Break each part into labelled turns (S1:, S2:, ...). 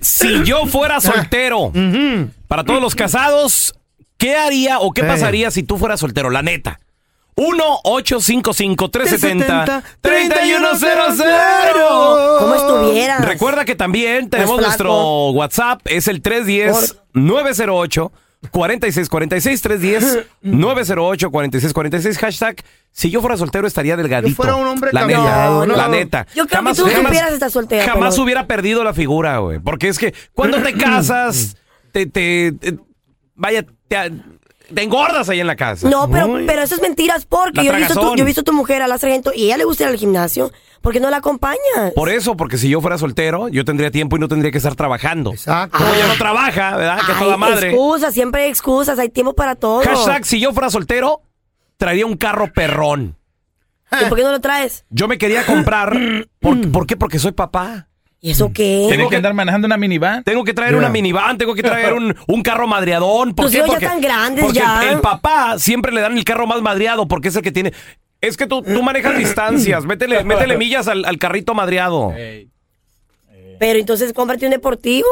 S1: si yo fuera soltero. Para todos los casados, ¿qué haría o qué
S2: Eh.
S1: pasaría si tú fueras soltero? La neta. 1-855-370-3100.
S3: ¿Cómo estuvieras?
S1: Recuerda que también tenemos
S3: Más
S1: nuestro
S3: flaco.
S1: WhatsApp, es el 310-908. 4646 310 908 4646 hashtag si yo fuera soltero estaría delgadito
S2: fuera un hombre
S1: la neta,
S2: cambiado,
S1: la
S2: no.
S1: neta
S3: Yo creo que tú supieras estar soltero.
S1: jamás
S3: pelón.
S1: hubiera perdido la figura, güey. Porque es que cuando te casas, te, te, te- vaya, te, te engordas ahí en la casa.
S3: No, pero,
S2: Uy.
S3: pero eso es mentiras
S1: La
S3: porque yo he, visto tu,
S1: tragazón.
S3: yo he visto a tu mujer, a la sargento, y ella le gusta ir al gimnasio. ¿Por qué no la acompañas?
S1: Por eso, porque si yo fuera soltero, yo tendría tiempo y no tendría que estar trabajando.
S2: Exacto.
S1: Como ya no trabaja, ¿verdad? Que
S3: Ay,
S1: toda madre.
S3: excusas, siempre hay excusas, hay tiempo para todo.
S1: Hashtag, si yo fuera soltero, traería un carro perrón.
S3: ¿Y por qué no lo traes?
S1: Yo me quería comprar. ¿Por, ¿por qué? Porque soy papá.
S3: ¿Y eso qué?
S1: Tengo
S4: Tiene
S1: que-
S4: que andar manejando una minivan.
S1: Tengo que traer
S2: Ya.
S1: una minivan, tengo que traer un, un carro madreadón. ¿Por
S3: Tus
S1: qué?
S3: hijos ya
S1: Porque-
S3: están grandes,
S1: porque
S3: ya.
S1: El papá siempre le dan el carro más madreado porque es el que tiene. Es que tú, tú manejas distancias, métele, métele millas al, al carrito madreado.
S4: Ey.
S3: Pero entonces cómprate un deportivo.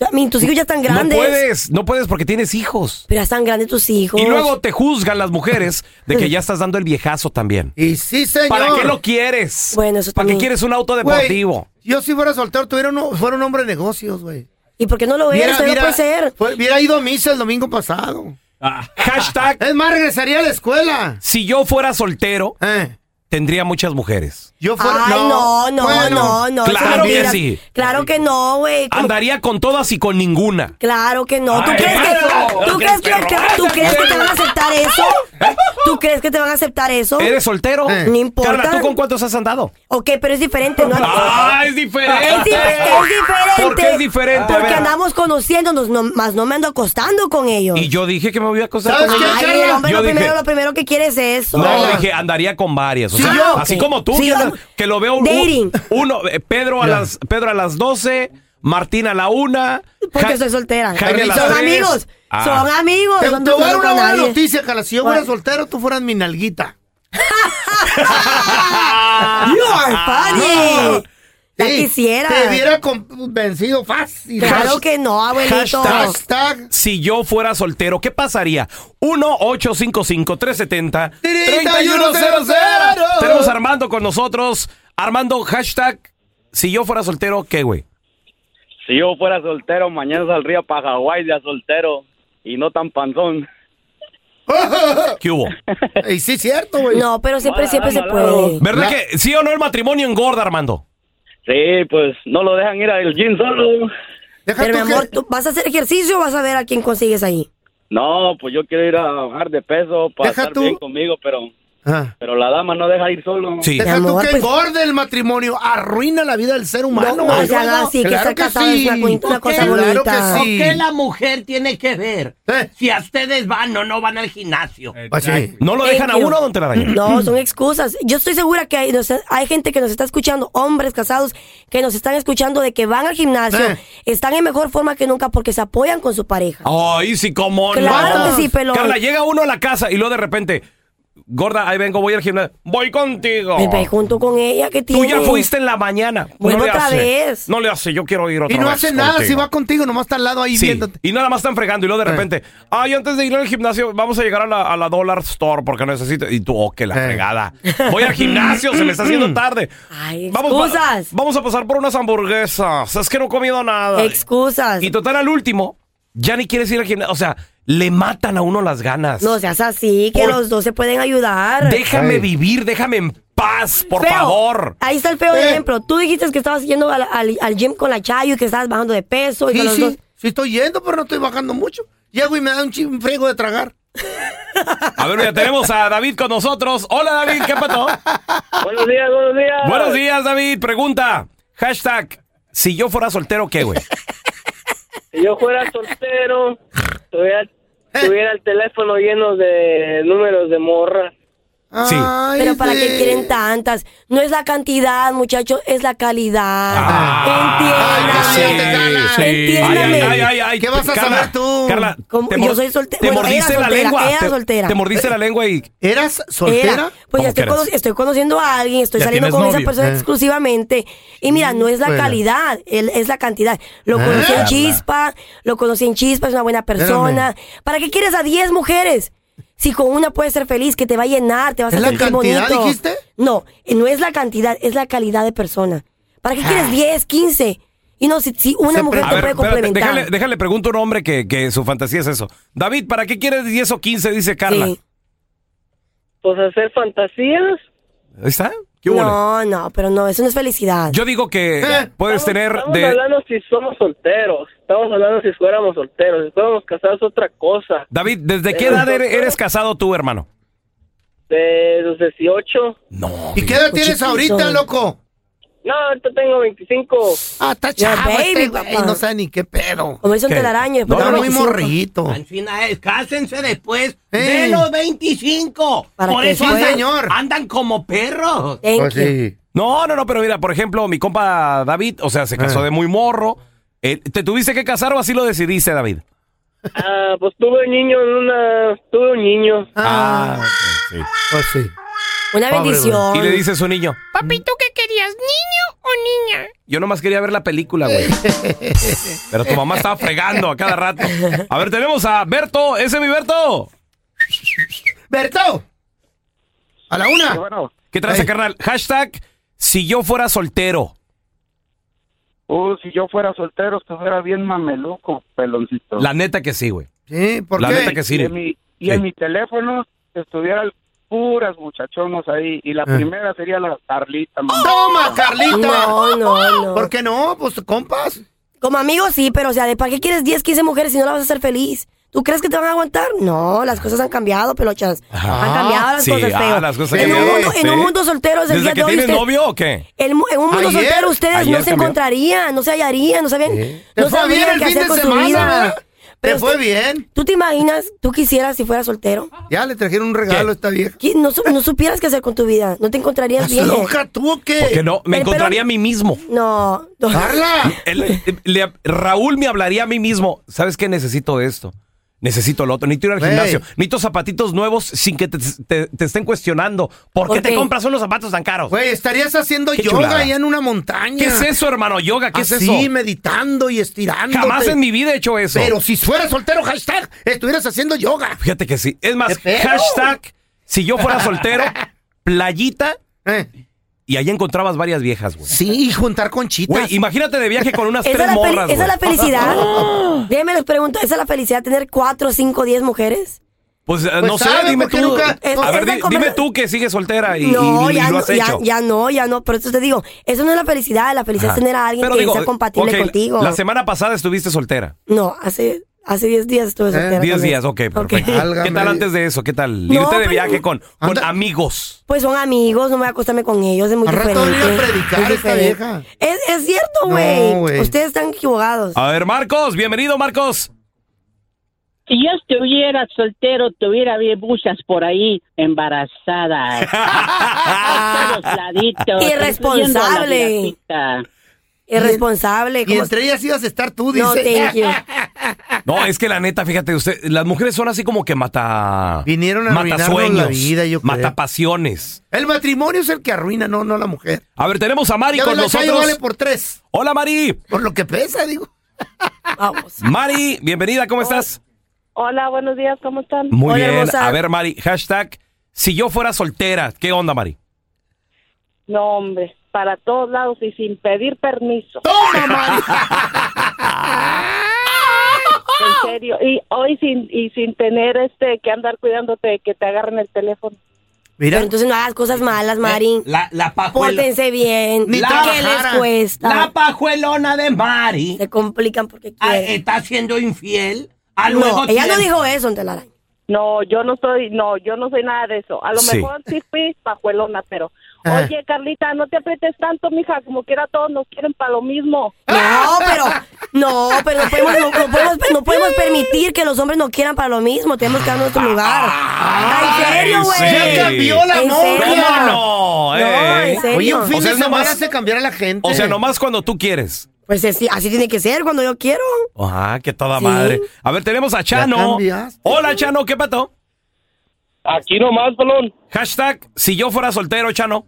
S3: I mean, tus hijos ya están
S1: No
S3: grandes.
S1: puedes, no puedes porque tienes hijos.
S3: Pero ya están grandes tus hijos.
S1: Y luego te juzgan las mujeres de que ya estás dando el viejazo también.
S2: Y sí, señor.
S1: ¿Para qué lo quieres?
S3: Bueno, eso
S1: ¿Para qué
S3: también.
S1: quieres un auto
S2: Güey,
S1: deportivo?
S2: Yo si fuera soltero, tuviera un, fuera un hombre de negocios, güey.
S3: ¿Y por qué no lo ves?
S2: Hubiera-
S3: Eso Pues, no
S2: hubiera-
S3: puede ser.
S2: fue- hubiera ido a misa el domingo pasado.
S4: Ah,
S1: Hashtag,
S2: Es más, regresaría a la escuela.
S1: si yo fuera soltero,
S2: Eh,
S1: tendría muchas mujeres.
S2: yo fuera...
S3: Ay, no, no,
S2: bueno,
S3: no, no. eso es
S1: claro que
S3: mentira.
S1: sí.
S3: Claro que no, güey. ¿Cómo-
S1: Andaría con todas y con ninguna.
S3: Claro que no. ¿Tú
S1: Ay,
S3: crees
S1: claro.
S3: que, ¿tú
S1: No
S3: crees que,
S1: quieres perro.
S3: tú crees que te van a aceptar eso? ¿Tú crees que te van a aceptar eso?
S1: ¿Eres soltero?
S2: Eh.
S3: No importa.
S1: Carla, ¿tú con cuántos has andado?
S3: Ok, pero es diferente, ¿no?
S1: ¡Ah, es diferente!
S3: Es, di- es diferente.
S1: ¿Por qué es diferente? A
S3: Porque
S1: ver.
S3: andamos conociéndonos, no, más no me ando acostando con ellos.
S1: Y yo dije que me voy a acostar
S2: ¿Sabes
S1: con
S2: qué,
S1: ella.
S3: Ay,
S2: Carla?
S3: el hombre
S1: Yo
S3: lo,
S1: dije-
S3: primero, lo primero que quiere es eso.
S1: No,
S2: Hola.
S1: dije, andaría con varias. O
S2: Sí,
S1: sea,
S2: yo-
S1: así
S3: sí.
S1: como tú,
S3: Sí,
S1: que,
S3: yo-
S1: que lo veo un-
S3: Dating.
S1: uno, eh, Pedro a las Pedro a las 12, Martín a la 1.
S3: Porque soy soltera.
S1: Jaime a las
S3: son
S1: tres.
S3: amigos.
S1: Ah.
S3: Son amigos.
S2: Te,
S3: no
S2: te
S3: ando
S2: voy a dar
S3: saliendo
S2: una
S3: con
S2: buena
S3: nadie.
S2: noticia, Carla. Si yo
S3: Bueno.
S2: fuera soltero, tú fueras mi nalguita.
S3: You are funny. Ah, La
S2: ah, Sí,
S3: quisiera.
S2: Te hubiera convencido fácil.
S3: Claro
S2: Hashtag-
S3: que no, abuelito.
S1: Hashtag.
S2: Hashtag...
S1: Si yo fuera soltero, ¿qué pasaría? 1-855-370-3100.
S2: 3100.
S1: Tenemos a Armando con nosotros. Armando, hashtag, si yo fuera soltero, ¿qué, güey?
S5: Si yo fuera soltero, mañana saldría para Hawái de soltero y no tan panzón.
S1: ¿Qué hubo?
S2: Y sí, cierto, güey.
S3: No, pero siempre,
S5: Mala,
S3: siempre se
S5: mala,
S3: puede.
S1: ¿Verdad
S2: La-
S1: que sí o no el matrimonio engorda, Armando?
S5: Sí, pues no lo dejan ir al gym solo.
S2: Deja
S3: Pero mi
S2: tú que-
S3: amor, ¿tú ¿vas a hacer ejercicio o vas a ver a quién consigues ahí?
S5: No, pues yo quiero ir a bajar de peso para
S2: Deja
S5: estar
S2: tú.
S5: bien conmigo, pero
S2: Ah.
S5: pero la dama no deja ir solo.
S1: Sí.
S3: Mi
S2: Deja tú
S3: amor,
S2: que
S3: pues-
S2: engorde el matrimonio, arruina la vida del ser humano.
S3: No, no,
S2: güey.
S3: se haga así, que estar casado es una cuenta- una cosa
S2: claro
S3: bonita.
S2: que sí.
S6: ¿Qué la mujer tiene que ver?
S2: Eh.
S6: Si a ustedes van o no van al gimnasio.
S2: Pues sí.
S1: ¿No lo
S3: Thank
S1: dejan a
S3: you.
S1: uno, don Telaraño?
S3: No, son excusas. Yo estoy segura que hay, nos- hay gente que nos está escuchando, hombres casados, que nos están escuchando de que van al gimnasio,
S2: Eh.
S3: están en mejor forma que nunca porque se apoyan con su pareja.
S1: Ay, sí, cómo no.
S3: Claro que sí, pelón.
S1: Carla, llega uno a la casa y luego de repente, gorda, ahí vengo, voy al gimnasio. Voy contigo.
S3: Me ve junto con ella que tiene.
S1: Oh. Tú ya fuiste en la mañana.
S3: Bueno,
S1: le
S3: otra
S1: hace.
S3: vez.
S1: No le hace, yo quiero ir otra
S2: Y
S1: vez.
S2: no hace nada si
S1: contigo.
S2: va contigo, nomás está al lado ahí
S1: Sí,
S2: viéndote. Eh.
S1: Y nada más están fregando y luego de repente, ay, antes de ir al gimnasio, vamos a llegar a la, a la Dollar Store porque necesito. Y tú, oh, que la
S2: Eh. Mm.
S1: fregada. Voy al gimnasio, se me está haciendo tarde.
S3: Ay,
S1: va-
S3: excusas.
S1: vamos a pasar por unas hamburguesas. Es que no he comido nada.
S3: Excusas.
S1: Y total, al último, ya ni quieres ir al gimnasio. O sea, le matan a uno las ganas.
S3: No seas así, que
S1: Por-
S3: los dos se pueden ayudar.
S1: déjame
S2: Ay.
S1: vivir, déjame en paz, por
S3: Feo.
S1: favor.
S3: Ahí está el feo
S2: Eh.
S3: ejemplo. Tú dijiste que estabas yendo al, al- al gym con la Chayo y que estabas bajando de peso. Y
S2: Sí,
S3: con los
S2: sí,
S3: dos.
S2: sí estoy yendo, pero no estoy bajando mucho. Llego y me da un, chi- un friego de tragar.
S1: A ver, ya tenemos a David con nosotros. Hola, David, ¿qué pasó?
S5: Buenos días, buenos días.
S1: Buenos días, David. Pregunta. Hashtag, Si yo fuera soltero, ¿qué, güey?
S4: Si yo fuera soltero, tuviera, tuviera el teléfono lleno de números de morra.
S1: Sí.
S2: Ay,
S3: Pero ¿para qué
S2: sí.
S3: quieren tantas? No es la cantidad, muchachos, es la calidad.
S2: sí,
S3: Entiéndame.
S2: sí,
S1: Ah, sí.
S3: Entiéndame.
S1: Ay, ay, ay, ay.
S2: ¿Qué vas a
S1: Carla,
S2: saber tú?
S1: Carla,
S3: ¿Cómo?
S1: te mor-
S3: Yo soy soltera.
S1: Te
S3: Bueno,
S1: mordiste
S3: era
S1: la
S3: soltera,
S1: lengua.
S3: era
S1: te,
S3: soltera.
S1: te mordiste la lengua y.
S2: ¿Eras
S3: Era.
S2: soltera?
S3: Pues ya
S1: ¿Cómo
S3: estoy,
S1: quieras?
S3: cono- estoy conociendo a alguien, estoy
S7: Ya
S3: saliendo
S7: tienes
S3: con esa
S7: novio.
S3: persona
S7: Eh.
S3: exclusivamente. Y mira, no es la
S2: Bueno.
S3: calidad, el- es la cantidad. Lo conocí en
S7: Carla.
S3: Chispa, lo conocí en Chispa, es una buena persona. ¿Para qué quieres a 10 mujeres? Si con una puedes ser feliz, que te va a llenar, te vas
S2: ¿Es
S3: a
S2: la
S3: sentir
S2: cantidad,
S3: bonito.
S2: dijiste?
S3: No, eh, no es la cantidad, es la calidad de persona. ¿Para qué quieres 10, 15? Y no, si, si una
S2: Se
S3: mujer
S2: pre-
S1: A
S3: te
S1: ver,
S3: puede
S1: espérate,
S3: complementar.
S1: déjale, déjale pregunto a un hombre que, que su fantasía es eso. David, ¿para qué quieres 10 o 15? Dice Carla.
S3: Sí.
S4: Pues hacer fantasías.
S1: Ahí está. ¿Qué hubo?
S3: No, no, pero no, eso no es felicidad.
S1: Yo digo que
S2: Eh,
S1: puedes
S4: Estamos-
S1: tener
S4: Estamos
S1: de.
S4: hablando si somos solteros. Estamos hablando si fuéramos solteros. Si fuéramos casados, otra cosa.
S1: David, ¿desde qué
S4: Eh,
S1: edad eres,
S4: doctor.
S1: eres casado tú, hermano?
S4: De los 18.
S1: No.
S2: ¿Y qué edad tienes
S3: chiquito.
S2: ahorita, loco?
S4: No, ahorita tengo 25.
S2: Ah, está
S3: Ya,
S2: chavo este
S3: baby,
S2: güey,
S3: papá.
S2: no sabe ni qué pedo.
S3: Como dicen
S1: ¿Qué?
S3: telaraño, después
S2: Está
S3: de los
S2: muy
S3: 25.
S2: morrito.
S6: Encina es, eh, cásense después
S2: Eh.
S6: de los 25.
S3: Para
S6: Por
S3: que
S6: eso
S3: después-
S6: andan,
S2: Señor.
S6: andan como perros.
S3: Thank
S2: Pues
S1: Pues
S3: you.
S1: No, no, no, pero mira, por ejemplo, mi compa David, o sea, se casó de muy morro. Eh, ¿Te tuviste que casar o así lo decidiste, David?
S4: Ah, pues tuve un niño en una... Tuve un niño.
S2: Ah,
S1: sí.
S2: pues sí.
S3: Una
S2: Pobre,
S3: bendición.
S1: Y le dice a su niño,
S8: Papi, ¿tú qué querías, niño o niña?
S1: yo nomás quería ver la película, güey. Pero tu mamá estaba fregando a cada rato. A ver, tenemos a Berto. ¿Ese es mi Berto?
S2: ¡Berto! ¡A la una!
S4: Bueno,
S1: ¿Qué traes,
S2: Ey.
S1: carnal? Hashtag, si yo fuera soltero.
S5: Uh, si yo fuera soltero, estuviera bien mameluco, peloncito.
S1: La neta que sí, güey.
S2: Sí, ¿por
S1: La
S2: qué?
S1: neta que sí.
S5: y en mi, y en
S1: Sí.
S5: mi teléfono estuvieran puras muchachonos ahí. Y
S1: Ah.
S5: la primera sería la Carlita. mamá.
S2: ¡Toma, Carlita!
S3: No, no, no.
S2: ¿Por qué no? Pues compas.
S3: Como amigos sí, pero o sea, ¿de para qué quieres 10, 15 mujeres si no la vas a hacer feliz? ¿Tú crees que te van a aguantar? No, las cosas han cambiado, pelochas.
S1: Ah,
S3: han cambiado las
S1: sí,
S3: cosas
S1: ah,
S3: feo.
S1: las cosas
S3: en, un
S1: cambiaron,
S3: mundo, en
S1: sí.
S3: un mundo soltero es el
S1: ¿Desde
S3: día
S1: que
S3: de hoy.
S1: tiene
S3: usted-
S1: novio o qué?
S3: el mu- en un mundo
S2: Ayer,
S3: soltero ustedes no
S1: ayer
S3: se
S1: cambió.
S3: encontrarían, no se hallarían, no sabían,
S2: Te
S3: no
S2: fue bien
S3: sabían
S2: el
S3: qué
S2: fin
S3: hacer
S2: de
S3: con su
S2: semana,
S3: vida.
S2: ¿verdad?
S3: Pero
S2: Te fue
S3: usted-
S2: bien.
S3: ¿Tú te imaginas, tú quisieras si fueras soltero?
S2: Ya le trajeron un regalo a esta vieja.
S3: ¿Qui- No, su- no supieras qué hacer con tu vida, no te encontrarías
S2: ¿Estás
S3: bien.
S2: loca tú o qué?
S1: Porque no, me
S3: Eh, Pero-
S1: encontraría a mí mismo.
S3: No, no.
S2: ¡Carla!
S1: El- el- le- Raúl me hablaría a mí mismo. ¿Sabes qué? Necesito esto. Necesito lo otro. Necesito ir al
S2: Güey.
S1: gimnasio. Necesito zapatitos nuevos sin que te, te- te estén cuestionando. ¿Por,
S3: ¿Por
S1: qué te
S3: qué?
S1: compras unos zapatos tan caros?
S2: Güey, estarías haciendo
S1: Qué
S2: yoga
S1: chulada.
S2: allá en una montaña.
S1: ¿Qué es eso, hermano? ¿Yoga? ¿Qué es
S2: Así,
S1: eso?
S2: meditando y estirando.
S1: Jamás en mi vida he hecho eso.
S2: Pero si fueras soltero, hashtag, estuvieras haciendo yoga.
S1: Fíjate que sí. Es más,
S2: ¿Qué pedo?
S1: hashtag, si yo fuera soltero, playita,
S2: Eh,
S1: y ahí encontrabas varias viejas, güey.
S2: Sí, y juntar conchitas.
S1: Güey, imagínate de viaje con unas
S3: ¿Esa,
S1: tres
S3: es la fel-
S1: morras, güey.
S3: esa es
S1: Ah.
S3: la felicidad? Déjenme les pregunto, ¿esa es la felicidad tener 4, 5, 10 mujeres?
S1: Pues, eh, no sé,
S2: sabe,
S1: dime
S2: porque
S1: tú.
S2: nunca-
S3: Es-
S1: A ver,
S3: esa
S1: di-
S3: conversa-
S1: dime tú que sigues soltera y,
S3: no,
S1: y- y
S3: ya,
S1: lo
S3: no
S1: has
S3: ya,
S1: hecho.
S3: ya no, ya no, por eso te digo, eso no es la felicidad, la felicidad
S1: Ajá.
S3: es tener a alguien
S1: Pero
S3: que
S1: digo,
S3: sea compatible
S1: ok,
S3: contigo.
S1: La semana pasada estuviste soltera.
S3: No, hace hace 10 días
S2: Eh,
S3: estuve soltera.
S1: 10
S3: también.
S1: días, ok, perfecto.
S2: Válgame
S1: ¿Qué tal
S2: Dios.
S1: antes de eso? ¿Qué tal?
S3: No,
S1: Irte de
S3: pues,
S1: viaje con, con
S2: anda-
S1: amigos.
S3: Pues son amigos, no me voy a acostarme con ellos, es muy
S2: Al rato
S3: diferente.
S2: venía a predicar
S3: es
S2: esta
S3: diferente.
S2: vieja.
S3: Es, es
S2: No,
S3: cierto, güey.
S2: güey.
S3: Ustedes están equivocados.
S1: A ver, Marcos, bienvenido, Marcos.
S9: Si yo estuviera soltero, tuviera bien muchas por ahí embarazadas. A todos laditos,
S3: Irresponsable.
S9: incluyendo a la viejita.
S3: Irresponsable.
S2: Y
S3: como-
S2: entre ellas ibas a estar tú, dice.
S3: No, thank you.
S1: No, es que la neta, fíjate usted, las mujeres son así como que mata.
S2: Vinieron a
S1: mata
S2: arruinarnos
S1: sueños,
S2: la vida, yo creo.
S1: mata pasiones.
S2: El matrimonio es el que arruina, no, no la mujer.
S1: A ver, tenemos a Mari
S2: Ya
S1: con
S2: ves, la Chayo
S1: nosotros.
S2: vale por tres.
S1: Hola, Mari.
S2: Por lo que pesa, digo.
S3: Vamos.
S1: Mari, bienvenida, ¿cómo estás?
S8: Hola, buenos días, ¿cómo están?
S1: Muy
S3: Hola,
S1: bien.
S3: hermosa.
S1: A ver, Mari, hashtag, si yo fuera soltera, ¿qué onda, Mari?
S8: No, hombre, para todos lados y sin pedir permiso.
S2: ¡Toma, Mari!
S8: En serio, y hoy sin y sin tener este que andar cuidándote de que te agarren el teléfono.
S2: Mira,
S3: Pero entonces no hagas cosas
S1: Eh,
S3: malas, Mari.
S6: La, la pajuelona.
S3: Pórtense bien.
S2: Ni
S3: ¿Qué
S2: trabajaran.
S3: les cuesta?
S6: La pajuelona de Mari
S3: Se complican porque
S6: ah,
S3: quieren.
S6: está siendo infiel. A luego
S3: no, ella no
S6: tiene-
S3: dijo eso, don Telaraño.
S8: No, yo no soy, no, yo no soy nada de eso. A lo
S1: Sí.
S8: mejor sí fui pajuelona, pero Oye, Carlita, no te aprietes tanto, mija, como quiera todos nos quieren para lo mismo.
S3: No, pero no, pero no podemos, no, no podemos, no podemos permitir que los hombres nos quieran para lo mismo. Tenemos que darnos nuestro lugar. Ay, ¿En serio, güey?
S2: Ya cambió la
S3: ¿En
S2: morra.
S3: serio?
S1: ¿Cómo
S3: No,
S1: no?
S3: en serio.
S2: Oye, un fin
S1: O sea,
S2: de
S1: es
S2: semana
S1: nomás-
S2: hace cambiar a la gente.
S1: O sea, nomás cuando tú quieres.
S3: Pues así, así tiene que ser cuando yo quiero.
S1: Ajá, que toda
S3: Sí.
S1: madre. A ver, tenemos a Chano.
S2: cambiaste.
S1: Hola, Chano, ¿qué pato?
S5: Aquí nomás, pelón.
S1: Hashtag, si yo fuera soltero, Chano.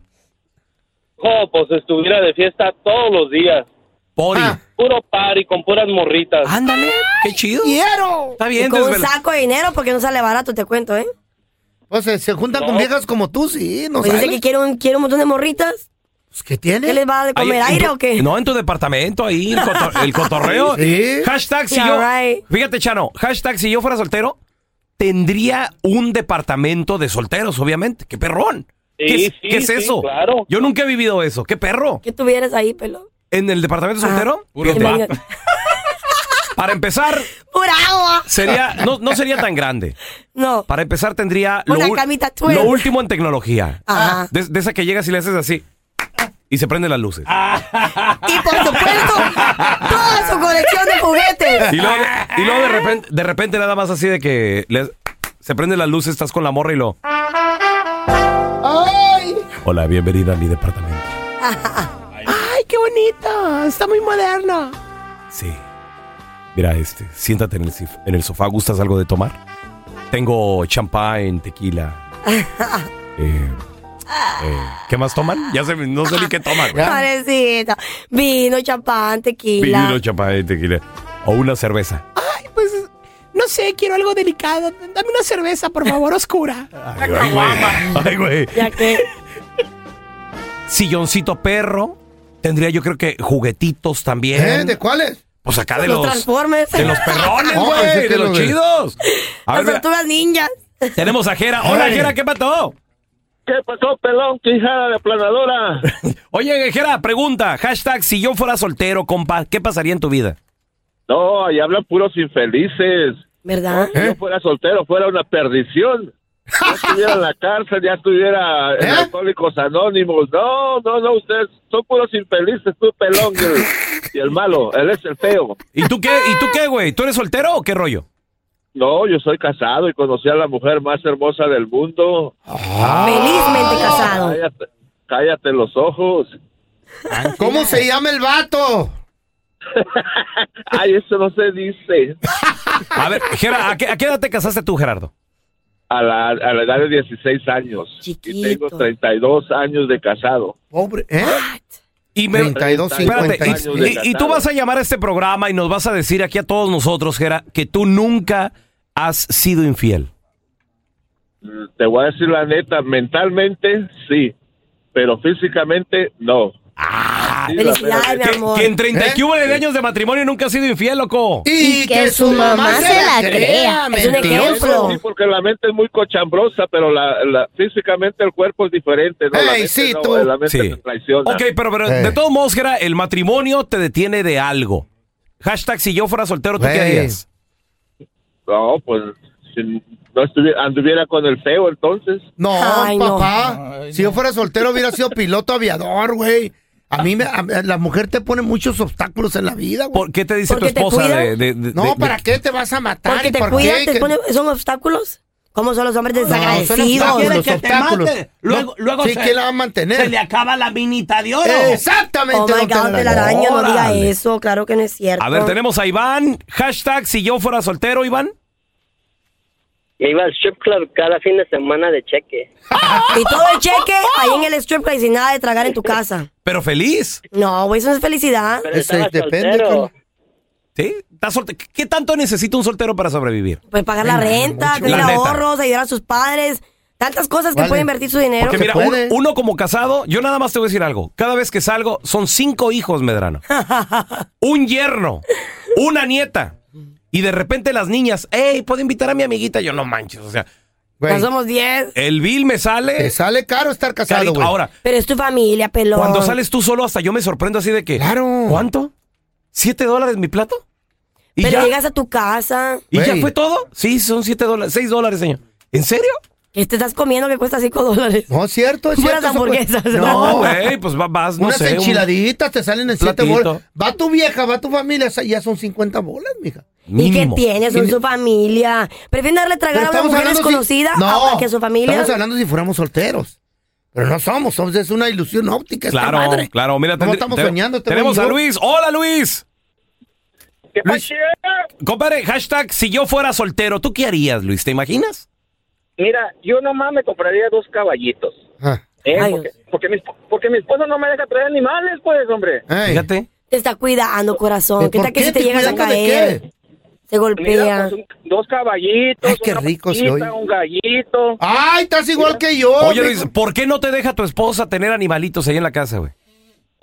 S5: Oh, pues estuviera de fiesta todos los días.
S1: Pori.
S2: Ah.
S5: Puro party con puras morritas.
S1: Ándale, qué chido.
S2: ¡Quiero!
S1: Está
S3: Y
S1: bien,
S3: con un
S1: desvela-
S3: saco de dinero porque no sale barato, te cuento, ¿eh?
S2: O sea, se juntan con viejas como tú, sí. No
S3: Pues dice que
S2: sabes.
S3: quiere un, quiere un montón de morritas.
S2: Pues, ¿Qué
S3: ¿Qué
S2: tiene?
S3: les va a dar de
S1: Ahí
S3: comer
S1: en tu-
S3: aire o qué?
S1: No, en tu departamento, ahí, el, cotor- el cotorreo.
S2: Sí.
S1: Hashtag si
S3: Yeah,
S1: yo.
S3: right.
S1: Fíjate, Chano. Hashtag si yo fuera soltero, tendría un departamento de solteros, obviamente. ¡Qué perrón!
S5: Sí,
S1: ¿Qué, es-
S5: sí,
S1: qué es
S5: sí,
S1: eso?
S5: claro.
S1: Yo nunca he vivido eso. ¡Qué perro!
S3: ¿Qué tuvieras ahí, pelo? Ah,
S1: ¿En el departamento de soltero? Fíjate.
S3: Imagínate.
S1: Para empezar,
S3: ¡Pura agua!
S1: sería, no, no sería tan grande.
S3: No.
S1: Para empezar, tendría
S3: Una
S1: ul-
S3: camita twin.
S1: lo último en tecnología.
S3: Ajá.
S1: De, de esa que llegas y le haces así. Y se prenden las luces.
S3: Y por supuesto, toda su colección de juguetes.
S1: Y luego, y luego de repente, de repente nada más así de que le- se prenden las luces, estás con la morra y lo. Hola, bienvenida a mi departamento.
S6: ¡Ay, qué bonito! Está muy moderno.
S1: Sí. Mira, este, siéntate en el, sif- en el sofá. ¿Gustas algo de tomar? Tengo champán, tequila. Eh, eh, ¿Qué más toman? Ya se, me- no sé ni qué toman. güey.
S3: Parecida. Vino, champán, tequila.
S1: Vino, champán, tequila. O una cerveza.
S6: Ay, pues, no sé, quiero algo delicado. Dame una cerveza, por favor, oscura.
S1: Ay, güey. Ay, güey.
S3: Ya que.
S1: Silloncito perro. Tendría yo creo que juguetitos también.
S2: ¿Eh? ¿De cuáles?
S1: Pues acá de
S3: Los
S1: los.
S3: Transformers.
S1: De los perrones,
S2: Oh,
S1: güey.
S2: pensé que
S1: de los
S2: lo de-
S1: chidos. A
S3: Las
S1: ver, mira,
S3: tortugas ninjas.
S1: tenemos a Jera. Hola,
S2: Órale.
S1: Jera, ¿qué pasó?
S5: ¿Qué pasó, pelón? ¿Qué hija de planadora?
S1: Oye, Jera, pregunta. Hashtag, si yo fuera soltero, compa, ¿qué pasaría en tu vida?
S5: No, ahí hablan puros infelices.
S3: ¿Verdad?
S5: Si yo fuera soltero, fuera una perdición. Ya estuviera en la cárcel, ya estuviera en
S2: ¿Eh?
S5: Alcohólicos Anónimos. No, no, no, ustedes son puros infelices, tú pelón y el, y el malo, él es el feo.
S1: ¿Y tú qué, ¿Y tú qué, güey? ¿Tú eres soltero o qué rollo?
S5: No, yo soy casado y conocí a la mujer más hermosa del mundo.
S3: Felizmente casado.
S5: Cállate, cállate los ojos.
S2: ¿Cómo se llama el vato?
S5: Ay, eso no se dice.
S1: A ver, Jera, ¿a qué, a qué edad te casaste tú, Gerardo?
S5: A la, a la edad de 16 años. Y tengo
S3: Chiquito.
S5: 32 años de casado.
S2: Pobre, ¿eh?
S1: Y me,
S2: 32,
S1: Espérate,
S2: 50.
S1: y,
S5: años de
S1: y- y tú
S5: casado.
S1: vas a llamar a este programa y nos vas a decir aquí a todos nosotros, Jera, que tú nunca has sido infiel.
S5: Te voy a decir la neta, mentalmente sí, pero físicamente no. Ah,
S3: Felicidades, mi
S1: Que,
S3: amor.
S1: que en 30 y
S2: ¿Eh?
S1: que hubo de años de matrimonio nunca has sido infiel, loco.
S2: Y,
S9: que su mamá se la crea.
S3: Es un
S2: mentiroso.
S3: ejemplo.
S5: Sí, porque la mente es muy cochambrosa, pero la, la- físicamente el cuerpo es diferente, ¿no? La
S2: Ey,
S5: mente,
S2: sí,
S5: no,
S2: tú.
S5: la mente
S1: Sí.
S5: te traiciona.
S1: Ok, pero, pero
S2: Eh.
S1: de todos modos, Jera, el matrimonio te detiene de algo. Hashtag, si yo fuera soltero, ¿tú qué
S2: Güey.
S1: harías?
S5: No, pues si no estuviera, anduviera con el feo entonces.
S2: No,
S3: Ay, no.
S2: papá. si yo fuera soltero hubiera sido piloto aviador, güey. A mí, me- a- a la mujer te pone muchos obstáculos en la vida, güey.
S1: ¿Por qué te dice tu
S3: ¿Porque te
S1: esposa
S3: cuida?
S1: de, de- de-
S2: No,
S1: de-
S2: ¿para qué te vas a matar?
S3: Porque
S2: ¿Y
S3: te
S2: por
S3: cuidan,
S2: qué?
S3: te
S2: Que-
S3: ponen, son obstáculos. ¿Cómo son los hombres
S2: No,
S3: desagradecidos?
S2: son
S6: ¿Quieres
S2: los
S6: que te
S2: obstáculos.
S6: mate? Luego,
S2: No,
S6: luego
S2: sí,
S6: se,
S2: ¿quién la va a mantener?
S6: se le acaba la minita de oro.
S2: Exactamente.
S3: oh my
S2: don
S3: God,
S2: Telaraño.
S3: telaraño, no diga
S1: Órale.
S3: eso, claro que no es cierto.
S1: A ver, tenemos a Iván. Hashtag, si yo fuera soltero, Iván.
S4: Yo iba al strip club cada fin de semana de cheque.
S3: Y todo el cheque ahí en el strip club y sin nada de tragar en tu casa.
S1: Pero feliz.
S3: No, güey, eso no es felicidad.
S4: Pero
S2: Ese
S4: estaba
S2: depende,
S4: soltero.
S1: ¿Sí? ¿Estás solte- ¿Qué tanto necesita un soltero para sobrevivir?
S3: Pues pagar la renta, tener
S1: La neta.
S3: ahorros, ayudar a sus padres. Tantas cosas que
S2: Vale.
S3: puede invertir su dinero.
S1: Porque
S2: Se
S1: mira, un-
S2: puede.
S1: uno como casado, yo nada más te voy a decir algo. Cada vez que salgo, son cinco hijos, Medrano. un yerno, una nieta. Y de repente las niñas, hey, ¿puedo invitar a mi amiguita? Yo no manches. O sea,
S2: Güey,
S3: Ya somos 10.
S1: el bill me
S2: Te
S1: sale.
S2: sale caro estar casado,
S1: carito.
S2: güey.
S1: Ahora,
S3: Pero es tu familia, pelón.
S1: cuando sales tú solo, hasta yo me sorprendo así de que.
S2: Claro.
S1: ¿Cuánto? ¿Siete dólares mi plato? ¿Y,
S3: Pero
S1: ya,
S3: llegas a tu casa.
S1: ¿y ya
S2: Güey.
S1: fue todo? Sí, son siete dólares, seis dólares, señor. ¿En serio?
S3: ¿Qué te estás comiendo que cuesta 5 dólares?
S2: No, es cierto, es
S3: Puras
S2: cierto. eso, güey.
S3: hamburguesas.
S2: Oh.
S1: No, güey, pues va- vas, no
S2: Unas
S1: sé. un-
S2: enchiladitas te salen en siete
S1: platito.
S2: bolas. Va tu vieja, va tu familia, esa- ya son 50 bolas, mija.
S3: ¿Y qué
S1: mínimo.
S3: tiene? Son su familia. ¿Prefieren darle tragar a una mujer
S2: si-
S3: desconocida ahora Ah, que a su familia?
S2: Estamos hablando si fuéramos solteros. Pero no somos, somos, es una ilusión óptica. esta
S1: Claro,
S2: madre.
S1: claro. Mira,
S2: ¿Cómo
S1: tendr-
S2: estamos
S1: te-
S2: soñando? este
S1: tenemos a
S2: güey y yo?
S1: Luis. Hola, Luis.
S4: ¿Qué
S2: Luis.
S1: Compadre, hashtag, si yo fuera soltero, ¿tú qué harías, Luis? ¿Te imaginas?
S4: Mira, yo nomás me compraría dos caballitos.
S2: Ah,
S4: ¿eh?
S3: Ay,
S4: porque, porque mi, esp- porque mi esposo no me deja traer animales, pues, hombre.
S2: ey.
S1: Fíjate.
S3: Te está cuidando, corazón.
S2: ¿Por
S3: Oh, ¿Qué tal que si te,
S2: te
S3: llegas a
S2: cuidas de
S3: caer?
S2: qué?
S3: Se
S4: Mira,
S3: golpea.
S4: pues, un- dos caballitos,
S2: Ay, qué
S4: una
S2: rico se
S4: vaquita,
S2: oye.
S4: un gallito.
S2: Ay, estás igual que yo.
S1: Oye,
S2: mijo.
S1: Luis, ¿por qué no te deja tu esposa tener animalitos ahí en la casa, güey?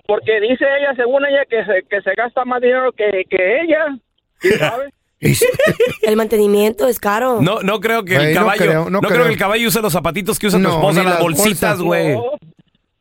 S4: Porque dice ella, según ella, que se, que se gasta más dinero que, que ella. ¿sí ¿Sabes?
S2: Y sí.
S3: El mantenimiento es caro.
S1: No, no creo que el
S2: Oh. Güey, no
S1: caballo. No
S2: creo,
S1: creo,
S2: no creo.
S1: que el caballo use los zapatitos que usa
S2: No,
S1: tu esposa,
S2: ni
S1: las
S2: las
S1: bolsitas,
S2: bolsas.
S1: güey.
S4: No,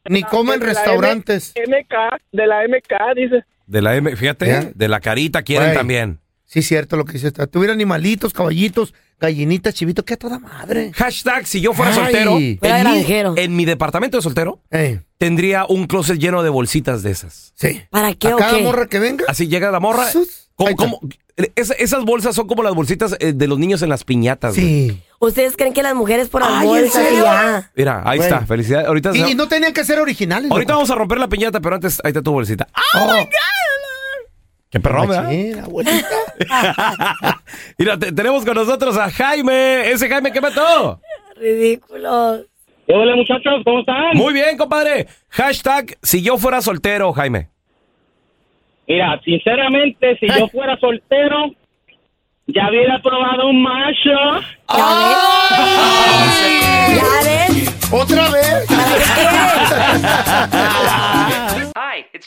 S2: Ni como en
S4: de la
S2: restaurantes.
S4: M- MK, de la MK, dice.
S1: De la M, fíjate,
S2: Ya.
S1: de la carita quieren
S2: Güey.
S1: también.
S2: Sí, cierto lo que dice esta. Tuviera animalitos, caballitos, gallinitas, chivitos, que a toda madre.
S1: Hashtag, si yo fuera
S2: Ay.
S1: soltero, en
S3: Fuera
S1: mi-
S3: granjero.
S1: en mi departamento de soltero,
S2: Ey,
S1: tendría un closet lleno de bolsitas de esas.
S2: Eh, sí.
S3: ¿Para qué
S2: a
S3: o
S2: cada
S3: qué?
S2: morra que venga.
S1: Así llega la morra.
S2: Sus-
S1: Como-
S2: Ahí está.
S1: como- esa- esas bolsas son como las bolsitas eh, de los niños en las piñatas. güey.
S2: Sí.
S3: ¿Ustedes creen que las mujeres por
S2: Ay,
S3: amor
S2: ¿en
S3: están
S2: serio?
S3: ya?
S1: Mira, ahí
S2: Güey.
S1: está. Felicidades. Ahorita,
S2: Y,
S1: se-
S2: y no tenían que ser originales.
S1: ahorita
S2: loco.
S1: vamos a romper la piñata, pero antes ahí está tu bolsita. ¡Ah!
S2: Oh,
S1: ¡Qué perrón, ¿verdad?
S2: machera, abuelita.
S1: Mira, te- tenemos con nosotros a Jaime. Ese Jaime que mató.
S3: Ridículos.
S4: Hola, muchachos, ¿cómo están?
S1: Muy bien, compadre. Hashtag, si yo fuera soltero, Jaime.
S4: Mira, sinceramente, si yo fuera soltero, ya hubiera probado un macho.
S3: ¿Ya ven?
S2: ¿Otra vez?
S7: Hi, it's